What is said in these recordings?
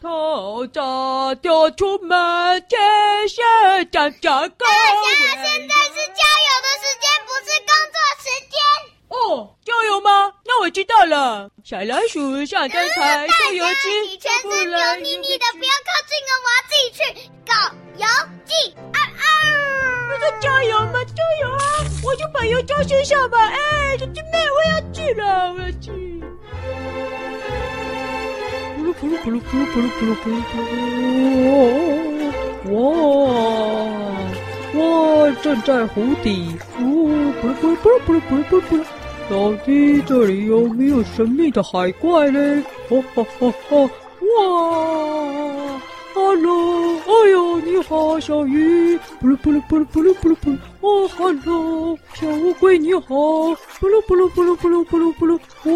头早就出门，见识长长高。想要哎现在是郊游的时间，不是工作时间。哦，郊游吗？那我知道了。小老鼠上灯台，跳嗯大家油你漆，全不身来油腻腻的，不要靠近哦，我要自己去。狗游记，啊啊！这加油吗？加油啊！我就把油浇身上吧。哎，小弟妹，我要去了，我要去。咕噜咕噜咕噜咕噜咕噜咕噜咕噜咕噜，哇哇！站在湖底，呜咕噜咕噜咕噜咕噜咕噜咕噜。到底这里有没有神秘的海怪嘞？哦哦哦哦！哇！Hello，哎呦，你好，小鱼，布鲁布鲁布鲁布鲁布鲁布鲁，哦，Hello，小乌龟你好，布鲁布鲁布鲁布鲁布鲁布鲁，哦，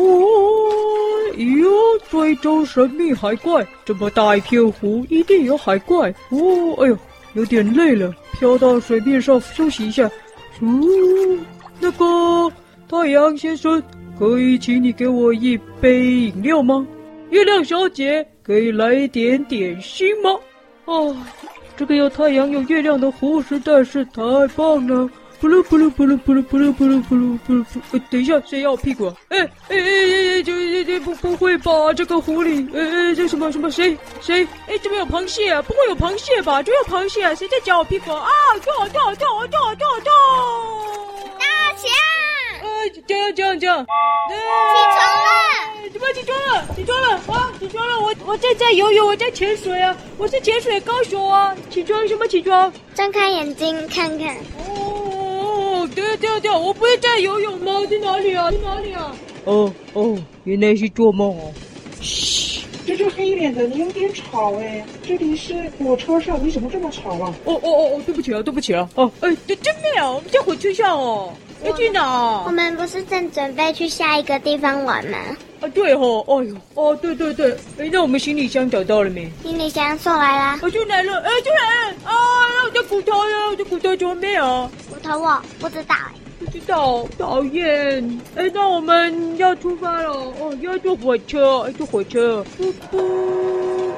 哟，追踪神秘海怪，这么大一片湖，一定有海怪，哦，哎呦，有点累了，飘到水面上休息一下，呜、那个太阳先生，可以请你给我一杯饮料吗？月亮小姐，可以来一点点心吗？哦，这个有太阳有月亮的湖实在是太棒了！不噜不噜不噜不噜不噜不噜不噜不噜不噜！呃等一下，谁要我屁股、啊？哎哎哎哎哎，这这这不不会吧？这个湖里，哎哎，这什么什么谁谁？哎，这边有螃蟹、啊，不会有螃蟹吧？这有螃蟹、啊，谁在夹我屁股啊？啊跳跳跳跳跳跳！大象，呃，这样这样这样，起起床了，什么起床了？起床了啊！起床了！我我正在游泳，我在潜水啊！我是潜水高手啊！起床什么起床？睁开眼睛看看，哦，对对对，我不是在游泳吗？在哪里啊？在哪里啊？哦哦，原来是做梦哦。这是黑脸的，你有点吵哎！这里是火车上，你怎么这么吵啊？哦哦哦哦，对不起啊，对不起啊。哦，哎，对，真没有，我们在火车上哦。要去哪我啊？们不是正准备去下一个地方玩吗？啊，对哦，哎呦，哦，对对对，哎，那我们行李箱找到了没？行李箱送来啦，我就来了，哎，就来了，啊，那我的骨头呢？我的骨头怎么没有？骨头我不知道哎。不知道，讨厌。哎，那我们要出发了，哦，要坐火车，哎坐火车，不不，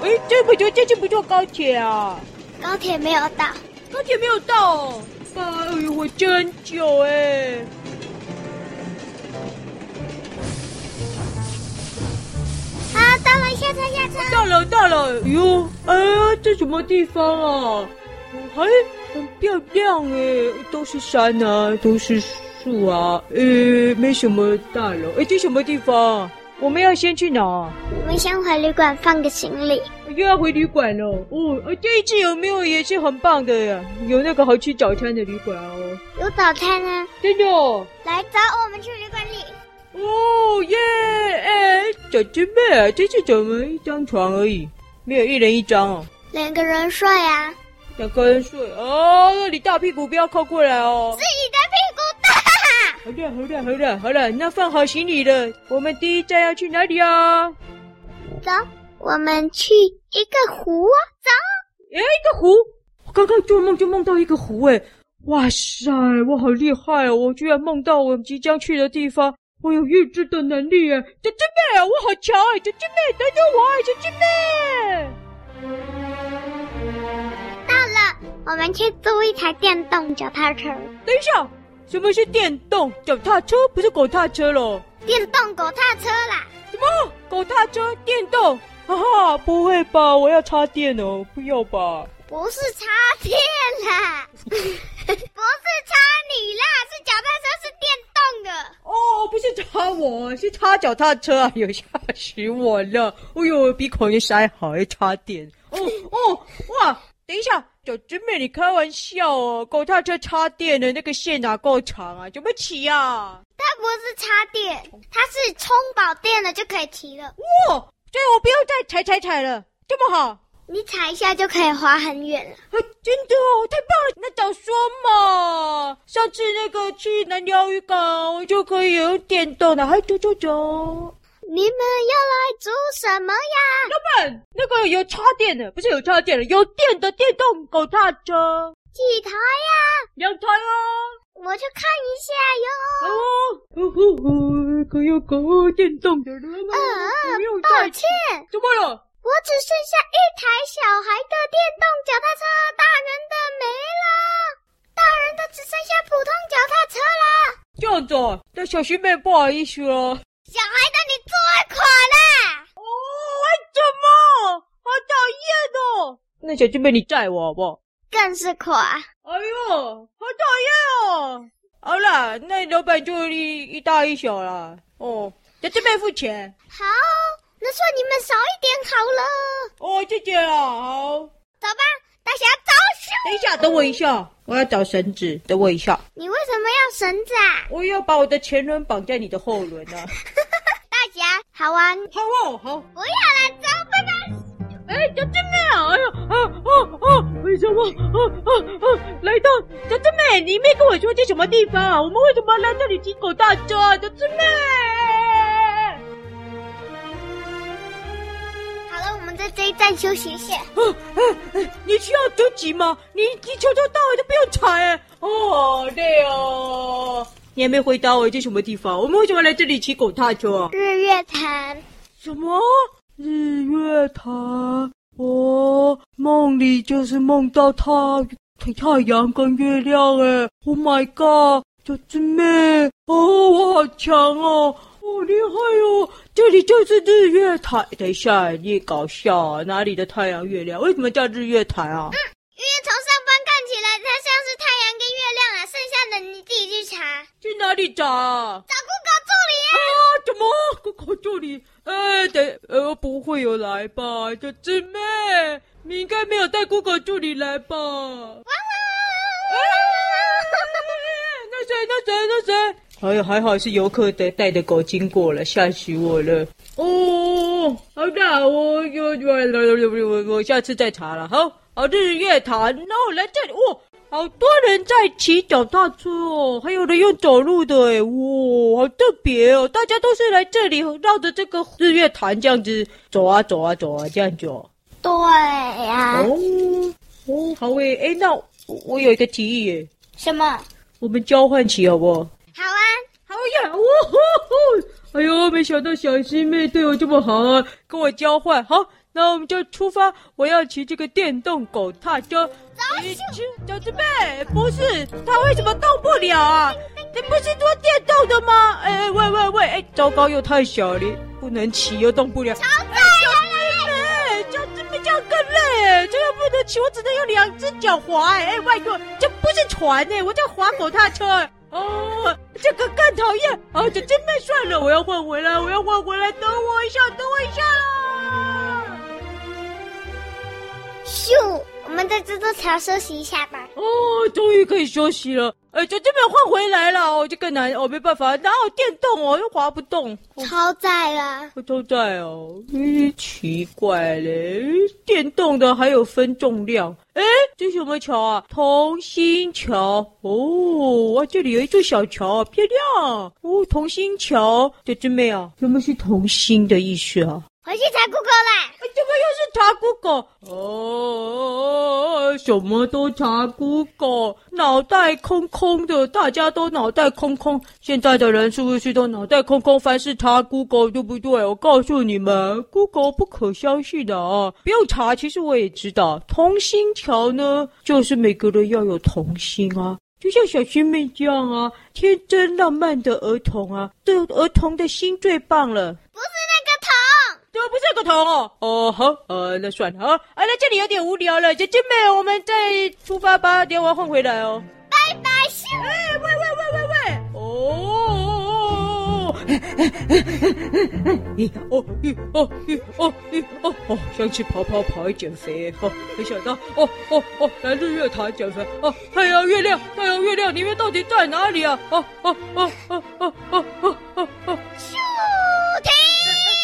哎，这不就这次不坐高铁啊？高铁没有到，高铁没有到、哦，哎呦，我真久哎。好，到了，下车下车。到了到了，哟，哎呀，这什么地方啊？哎，很漂亮哎，都是山啊，都是树啊，呃，没什么大楼。哎，这什么地方？我们要先去哪？我们先回旅馆放个行李。又要回旅馆了哦。呃这一次有没有也是很棒的呀？有那个好吃早餐的旅馆哦，有早餐啊呢，真的哦。来找我们去旅馆里。哦耶！哎，小师妹啊，这次怎么一张床而已，没有一人一张哦。两个人睡啊，两个人睡哦，那你大屁股不要靠过来哦自。己的屁股大。好了好了好了好了，那放好行李了，我们第一站要去哪里啊？走，我们去一个湖啊，走。诶，哎一个湖！我刚刚做梦就梦到一个湖、诶，哇塞，我好厉害哦！我居然梦到我即将去的地方，我有预知的能力哎诶，姐姐妹，我好强哎诶，姐姐妹，等等我啊，姐姐妹！到了，我们去租一台电动脚踏车，等一下，什么是电动脚踏车？不是狗踏车喽？电动狗踏车啦。什么？狗踏车电动？哈哈，不会吧？我要插电哦，不要吧？不是插电啦， 不是插你啦，是脚踏车是电动的。哦，不是插我，是插脚踏车啊！有吓死我了！哎呦，鼻孔一塞好，还插电。 哦哦，哇！等一下，小师妹，你开玩笑哦？狗踏车插电的那个线哪够长啊？怎么骑啊？它不是插电，它是充饱电了就可以骑了。哇！所以我哦不用再踩踩踩了，这么好。你踩一下就可以滑很远了。啊，真的哦，太棒了！那早说嘛，上次那个去南寮渔港，我就可以用电动了，还走走走。你们要来煮什么呀？老板，那个有插电的，不是有插电的，有电的电动狗踏车，几台呀？两台哦。我去看一下哦，哟。呼呼呼，可有狗电动的了吗？嗯不用抱再歉，怎么了？我我只剩下一台小孩的电动脚踏车，大人的没了，大人的只剩下普通脚踏车了。这样子啊，那小师妹不好意思了。小孩的你最垮啦！怎么？好讨厌哦！那小师妹你载我好不好？更是垮。哎呦，好讨厌哦！好啦，那老板就一一大一小啦。哦，小师妹付钱。好，那算你们少一点好了。哦，谢谢啦。好，走吧，大侠走等一下，等我一下，我要找绳子。等我一下，你为什么要绳子啊？我要把我的前轮绑在你的后轮啊。大侠，好玩。 好哦，好。不要了，走，拜拜。哎，小师妹啊！哎呀，啊啊啊！为什么？啊啊啊！来到小师妹，你没跟我说这什么地方啊？我们为什么要来这里骑狗大车啊？小师妹，好了，我们在这一站休息一下。你需要休息吗？你你从头到尾都不用踩、哎哦，好累哦。你还没回答我这什么地方？我们为什么来这里骑狗踏车啊？日月潭，什么？日月潭？我梦里就是梦到太太太阳跟月亮哎！Oh my god！小师妹，哦，我好强哦，好厉害哦！这里就是日月潭。等一下，你搞笑啊！哪里的太阳月亮？为什么叫日月潭啊？因为从上方看起来，它像是太阳跟月亮啊，剩下的你自己去查，去哪里找啊？找 Google 助理啊。啊！怎么？我口这里？哎，等，呃，不会有来吧？小师妹，你应该没有带 Google 助理来吧？那谁？那谁？那谁？还有还好是游客的带的狗经过了，吓死我了！哦，好的，我我我我我下次再查了。好，好日月潭，然后来这里，哇，好多人在骑脚踏车哦，还有人用走路的，哎，哇，好特别哦！大家都是来这里绕着这个日月潭这样子走啊走啊走啊这样子哦。对呀、哦，哦，好诶，哎，那我我有一个提议耶，什么？我们交换骑好不好？好啊，好呀！哦吼吼！哎呦，没想到小师妹对我这么好啊，跟我交换。好，那我们就出发。我要骑这个电动狗踏车。你去，小师妹，不是它为什么动不了啊？这不是做电动的吗？哎喂喂喂！哎，糟糕，又太小了，不能骑又动不了。好走了啦。哎，这样这么这样更累哎，这样不能骑，我只能用两只脚滑哎哎，外国这不是船哎，我在滑狗踏车哎。哦，这个更讨厌哦，这真的算了，我要换回来，我要换回来，等我一下，等我一下啦。咻，我们在这座桥休息一下吧。哦，终于可以休息了。哎，这真的换回来了哦，这更难哦，没办法，哪有电动哦，又滑不动。哦超载啦！我都在哦，咦，奇怪嘞，电动的还有分重量，哎，这什么桥啊？同心桥哦，哇，这里有一座小桥，漂亮哦，同心桥，这真妹啊，有没有是同心的意思啊？回去查 Google 啦。哎，怎么又是查 Google？哦，什么都查 Google，脑袋空空的，大家都脑袋空空。现在的人是不是都脑袋空空？凡是查 Google，对不对？我告诉你们，Google 不可相信的啊！不用查，其实我也知道，同心桥呢，就是每个人要有童心啊。就像小师妹这样啊，天真浪漫的儿童啊，对儿童的心最棒了。不是那个桶，这不是个头哦。哦，好，呃，那算了啊。啊，那这里有点无聊了，姐姐妹，我们再出发吧，等一下我要换回来哦。拜拜咻！哎，喂喂喂喂喂！哦，一哦一哦一哦一哦哦，想起跑跑跑减肥哦，没想到哦哦哦来日月潭减肥哦，太阳月亮太阳月亮，你们到底在哪里啊？哦哦哦哦哦哦哦哦哦。咻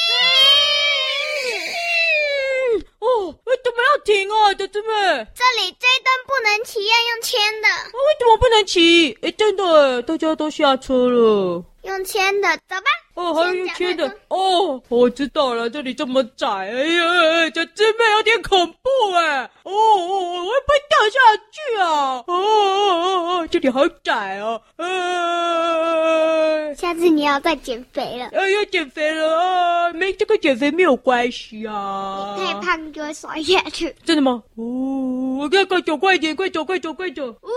停！哦，为什么要停啊，姐姐妹？这里这一段不能骑，要用牵的，啊，为什么不能骑？哎，真的，大家都下车了。用牵的，走吧。哦，还有一圈先讲那的个哦，我知道了，这里这么窄，哎呀，哎这真的有点恐怖哎。哦哦，我会不会掉下去啊？哦哦哦哦，这里好窄哦，哎。下次你要再减肥了。哎哎，要减肥了啊！没这个减肥没有关系啊。太胖就会摔下去。真的吗？哦，快快走，快点，快走，快走，快走！呜呜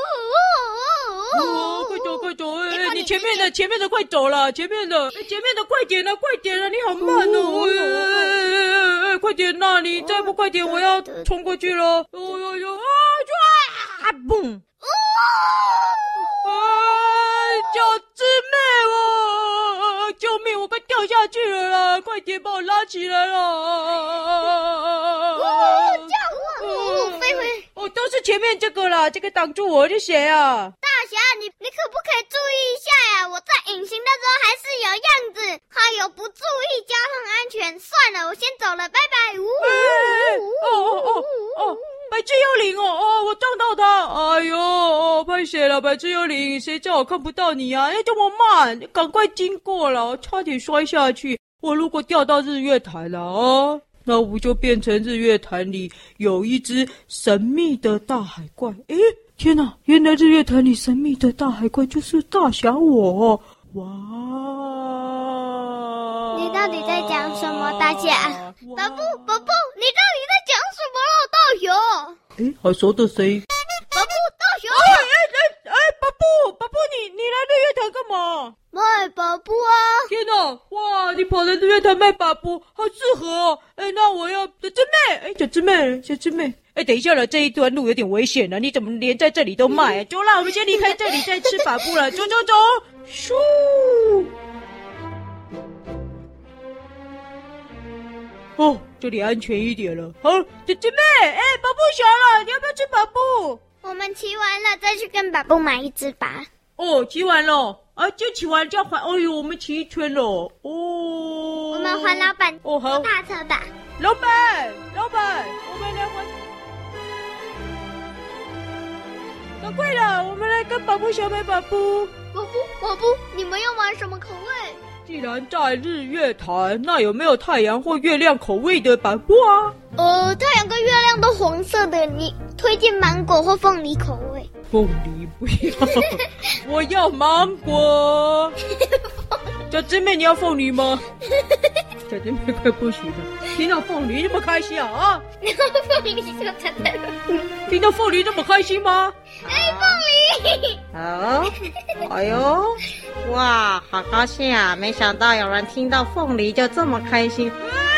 哦，呜快走，快走！哎、哎哎快点你前面的，前面的，快走了，前面的，哎前面的，快点了，快点了！你好慢哦，哎哎哎哎哎快点呐、你再不快点，我要冲过去了！哦哟哟啊！啊！嘣！啊！小师妹哦，救命！我快掉下去了啦！快点把我拉起来啦！呜呜，哦叫我呜飞回哦，都是前面这个啦，这个挡住我是谁啊？大侠，你你可不可以注意一下呀？我在隐形的时候还是有样子，还有不注意交通安全。算了，我先走了，拜拜。呜哎呜哦哦哦哦，白痴幽灵哦哦，我撞到他，哎呦，哦，拍谁了？白痴幽灵，谁叫我看不到你啊？要这么慢，赶快经过了，我差点摔下去。我如果掉到日月潭了哦，那不就变成日月潭里有一只神秘的大海怪？诶，天哪！原来日月潭里神秘的大海怪就是大侠我哦！哇！你到底在讲什么大侠哇宝布，宝布，你到底在讲什么了？大侠，哎，好熟的声音。宝布，大侠，哎哎哎哎，巴布，巴布，你你来日月潭干嘛？卖宝布啊！天哪，哇，你跑来日月潭卖巴布，好适合哦。哎，那我要小师妹，哎，小师妹，小师妹。哎，等一下了，这一段路有点危险了，你怎么连在这里都卖、啊？走啦，我们先离开这里，再吃巴布了。走走走，咻！哦，这里安全一点了。好，小师妹，哎，巴布小了，你要不要吃巴布？我们骑完了再去跟宝布买一只吧。哦，骑完了啊，就骑完就要还。哦呦，我们骑一圈了哦。我我们还老板哦好，大车吧。老板，老板，我们来还。赶快啦，我们来跟宝布小买宝布。宝布，宝布，你们要玩什么口味？既然在日月潭，那有没有太阳或月亮口味的宝布啊？呃，太阳跟月亮都黄色的，你推荐芒果或凤梨口味？凤梨不 要，我要芒果。小姊妹，你要凤梨 吗？小姊妹快不行了，听到凤梨这么开心啊啊！然后 凤梨就真的，听到凤梨这么开心吗？哎，凤梨，哦，哎 呦，哇，好高兴啊！没想到有人听到凤梨就这么开心。哎